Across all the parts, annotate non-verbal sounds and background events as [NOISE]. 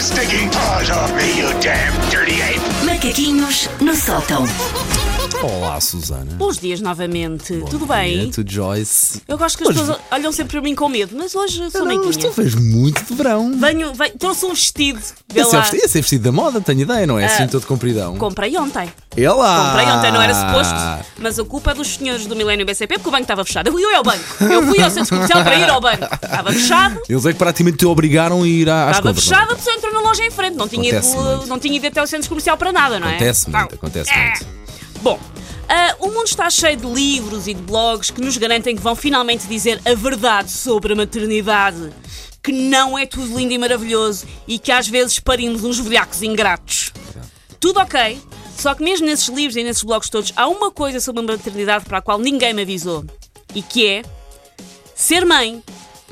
stinking paws off me, you damn dirty ape! Macaquinhos no sótão. Olá, Susana. Bons dias novamente, Bom tudo dia, bem? Tu, Joyce. Eu gosto que as Hoje- pessoas olham sempre para mim com medo, mas hoje sou Não, mas meiguinha. tu vês muito de verão. é Venho, venho, trouxe um vestido, vê Ia ser, lá. vestido, ia ser vestido da moda, tenho ideia, não é? assim todo compridão. Comprei ontem. É lá! Comprei ontem, não era Ah. suposto, mas a culpa é dos senhores do Milênio BCP porque o banco estava fechado. Eu ia ao banco, eu fui ao centro comercial para ir ao banco. Estava fechado, Eles é que praticamente te obrigaram a ir à- às estava compras. não é? fechado, a pessoa entrou na loja em frente. Não tinha, Acontece ido, muito. não tinha ido até o centro comercial para nada, não é? Acontece muito, Não. acontece É. muito. Bom, ah, o mundo está cheio de livros e de blogs que nos garantem que vão finalmente dizer a verdade sobre a maternidade. Que não é tudo lindo e maravilhoso e que às vezes parimos uns velhacos ingratos. Tudo ok, só que mesmo nesses livros e nesses blogs todos há uma coisa sobre a maternidade para a qual ninguém me avisou. E que é. Ser mãe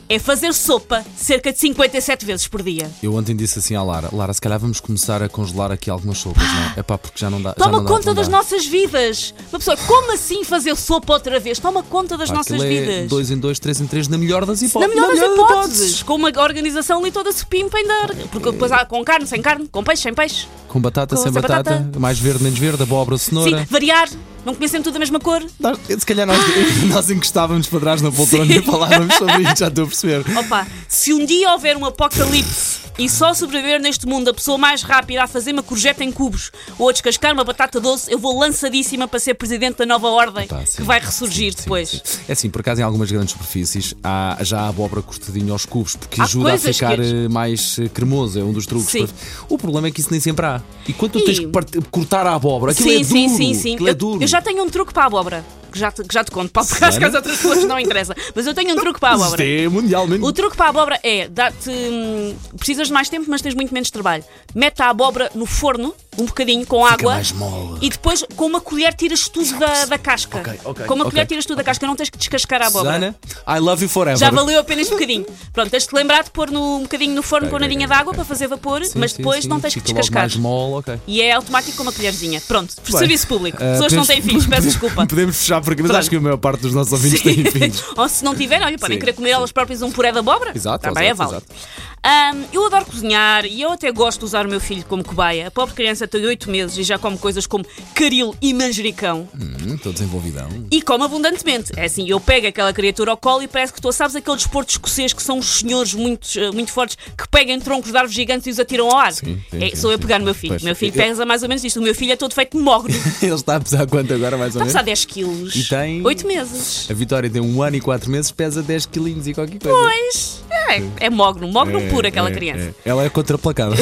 é fazer sopa cerca de 57 vezes por dia. Eu ontem disse assim à Lara: Lara, se calhar vamos começar a congelar aqui algumas sopas, não é? É pá, porque já não dá. já Ah. Toma não dá, conta não das dá. nossas vidas. Uma pessoa, como assim fazer sopa outra vez? Toma conta das Pá, nossas aquilo é vidas. Dois em dois, três em três, na melhor das Na hipóteses. melhor das hipóteses, com uma organização ali toda se pimpa em dar. Porque depois há com carne, sem carne, com peixe, sem peixe. Com batata, Com- sem sem batata, batata. mais verde, menos verde, abóbora, cenoura. Sim, variar, não comer sempre tudo da mesma cor. Nós- Se calhar nós, [LAUGHS] nós encostávamos para trás na poltrona e falávamos sobre isso, já estou a perceber. Opa, se um dia houver um apocalipse e só sobreviver neste mundo a pessoa mais rápida a fazer uma corjeta em cubos ou a descascar uma batata doce, eu vou lançadíssima para ser presidente da nova ordem Tá, sim, que vai sim, ressurgir sim, depois. sim. É assim, por acaso em algumas grandes superfícies há, já há abóbora cortadinha aos cubos, porque Há ajuda a coisas ficar que- eh, mais eh, cremoso, é um dos truques. Sim. para- O problema é que isso nem sempre há. E quando tu E- tens que part- cortar a abóbora, aquilo sim, é duro. sim, sim, sim. Aquilo é eu, duro. eu já tenho um truque para a abóbora, que já te, que já te conto, pá, porque Sério? acho que às outras pessoas não interessa. Mas eu tenho um truque para a Isto abóbora. é mundialmente. O truque para a abóbora é dá-te. hum, precisas de mais tempo, mas tens muito menos trabalho. Mete a abóbora no forno, um bocadinho, com água. mais mole. E depois, com uma colher, tiras tudo da, da casca. Ok, ok, com uma ok. colher, tiras tudo da casca. Não tens que descascar a abóbora. Susana, I love you forever. Já valeu apenas um bocadinho. Pronto, tens de lembrar de pôr no, um bocadinho no forno Ok, com a ok, nadinha ok, d'água ok. para fazer vapor, Sim, mas sim, depois sim, não tens que fica logo descascar. mais mole, ok. E é automático com uma colherzinha. Pronto, Bem, serviço público. eh, Pessoas que não têm podemos- [LAUGHS] filhos, peço desculpa. Podemos fechar, porque mas Pronto. acho que a maior parte dos nossos ouvintes têm [LAUGHS] filhos. Ou se não tiverem, olha, podem Sim, querer comer elas próprias um puré de abóbora. Exato, Também exato, é válido. exato. Ahm, eu adoro cozinhar e eu até gosto de usar o meu filho como cobaia. A pobre criança tem 8 meses e já come coisas como caril e manjericão. Hum, Estou desenvolvidão. E come abundantemente. É assim, eu pego aquela criatura ao colo e parece que estou, sabes, aquele desporto escocês que são os senhores muito, eh, muito fortes que pegam troncos de árvores gigantes e os atiram ao ar. Sim, sim, É, sim, sou eu sim. a pegar no meu filho. Pois. O meu filho Eu- pesa mais ou menos isto. O meu filho é todo feito de mogno. Está Ele está a pesar quanto agora, mais ou a menos? pesar 10 Tá quilos. né? E tem- 8 meses. A Vitória tem um ano e quatro meses, pesa 10 quilinhos e qualquer coisa. Pois. É, é mogno. Mogno É, puro aquela é, criança. é. Ela é [LAUGHS] contraplacada.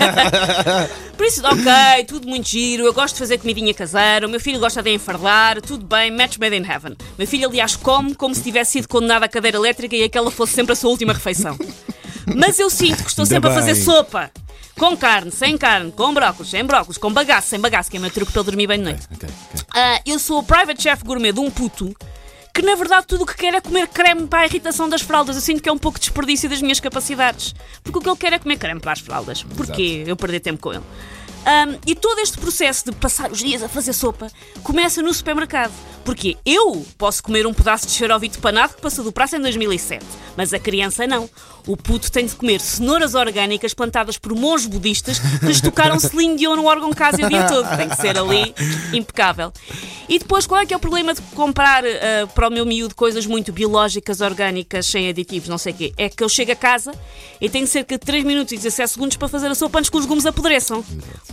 é. Por isso, ok, tudo muito giro, eu gosto de fazer comidinha caseira, o meu filho gosta de enfardar, tudo bem, match made in heaven. O meu filho, aliás, come como se tivesse sido condenado à cadeira elétrica e aquela fosse sempre a sua última refeição. Mas eu sinto que estou Ainda sempre a fazer bem. sopa. Com carne, sem carne, com brócolis, sem brócolis, com bagaço, sem bagaço, que é o meu truque para ele dormir bem de noite. Ok, ok. Ah, eu sou o private chef gourmet de um puto que na verdade tudo o que quer é comer creme para a irritação das fraldas. Eu sinto que é um pouco desperdício das minhas capacidades. Porque o que ele quer é comer creme para as fraldas. Porquê eu perder tempo com ele? Ahm, e todo este processo de passar os dias a fazer sopa começa no supermercado. Porque eu posso comer um pedaço de xarovite panado que passou do prazo em 2007, mas a criança não. O puto tem de comer cenouras orgânicas plantadas por monges budistas que lhes tocaram Celine Dion no órgão casa o dia todo. Tem que ser ali impecável. E depois, qual é que é o problema de comprar ah, para o meu miúdo coisas muito biológicas, orgânicas, sem aditivos, não sei o quê? É que eu chego a casa e tenho cerca de 3 minutos e 17 segundos para fazer a sopa antes que os legumes apodreçam.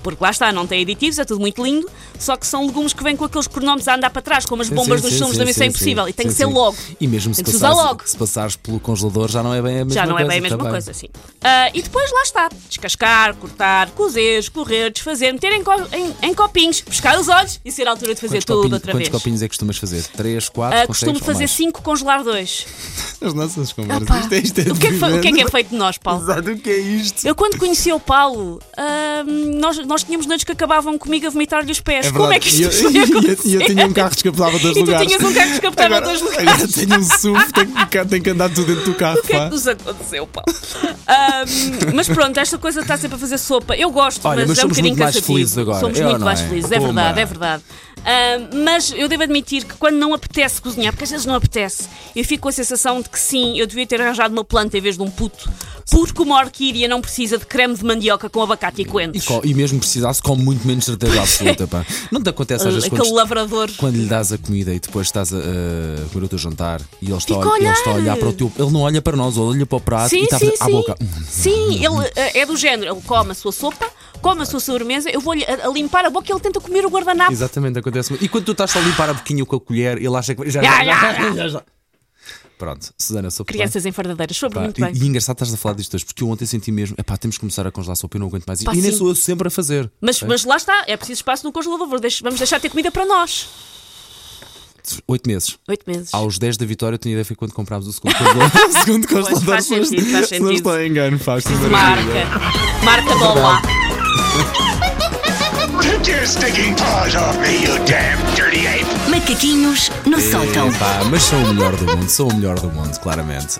Porque lá está, não tem aditivos, é tudo muito lindo, só que são legumes que vêm com aqueles cronomes a andar para trás, como as bombas Sim, sim, dos filmes sim, da Missão sim, Impossível, sim, e tem que sim, ser sim. logo. E mesmo se Tem que se usar passares, logo. se passares pelo congelador já não é bem a mesma coisa. Já não é bem a mesma também. coisa, sim. Ah, e depois lá está. Descascar, cortar, cozer, escorrer, desfazer, meter em, co- em- em copinhos, pescar os olhos e ser a altura de fazer Quantos, tudo copinhos, outra quantos vez. copinhos é que costumas fazer? 3, 4? Ah, costumo fazer 5, [LAUGHS] congelar 2. As nossas Pá, conversas. Isto é, isto é o, que é que foi- o que é que é deprimente. feito de nós, Paulo? Exato, o que é isto? Eu quando conheci o Paulo, ah, nós, nós tínhamos noites que acabavam comigo a vomitar-lhe os pés. Como é que E isto eu, [LAUGHS] foi e eu- acontecer? e eu tinha um carro que escapava a dois E tu lugares. tinhas um carro que escapava a Agora- dois lugares. Agora tenho um SUV, tenho que, ficar- tenho que andar tudo dentro do carro. O que é pá. que nos aconteceu, Paulo? [LAUGHS] Ahm, mas pronto, esta coisa está sempre a fazer sopa. Eu gosto, Olha, mas é um somos bocadinho muito mais cansativo. felizes agora, Somos é ou muito não mais é? felizes, é Pumba. verdade, é verdade. Ahm, mas eu devo admitir que quando não apetece cozinhar, porque às vezes não apetece, eu fico com a sensação de que sim, eu devia ter arranjado uma planta em vez de um puto. Porque uma orquídea não precisa de creme de mandioca com abacate e E, coentros. co- e mesmo precisasse, com muito menos certeza absoluta. Pá. Não te acontece às vezes é. Aquele quando, est- lavrador. quando lhe dás a comida e depois estás a, a comer o teu jantar e ele está, Fica a ele está a olhar. olhar para o teu. Ele não olha para nós, ele olha para o prato e Sim, está a sim, fazer sim. à boca. Sim, ele eh, é do género. Ele come a sua sopa, come a sua sobremesa, eu vou-lhe a, a limpar a boca e ele tenta comer o guardanapo. Exatamente, acontece. E quando tu estás a limpar a boquinha com a colher, ele acha que. Já, Já, [LAUGHS] já, já, já. Pronto, Susana, sou Crianças enfardadeiras, sobre Pá, muito e, bem. e engraçado estás a falar disto hoje, porque eu ontem senti mesmo, epá, temos que começar a congelar sopa, eu não aguento mais. isto." Pá, e nem sim. sou eu sempre a fazer. Mas, mas lá está, é preciso espaço no congelador. Deixa- Vamos deixar de ter comida para nós. Oito meses. Oito meses. Aos 10 da vitória, eu tinha ideia foi quando comprámos o [LAUGHS] segundo congelador. o segundo congelador. faz se não- sentido, faz se não sentido. estou a engano, faz tudo Marca. Marca bola. Take your stinking paws off me, you damn dirty ape! Macaquinhos no sótão. Pá, mas sou o melhor do mundo, sou o melhor do mundo, claramente.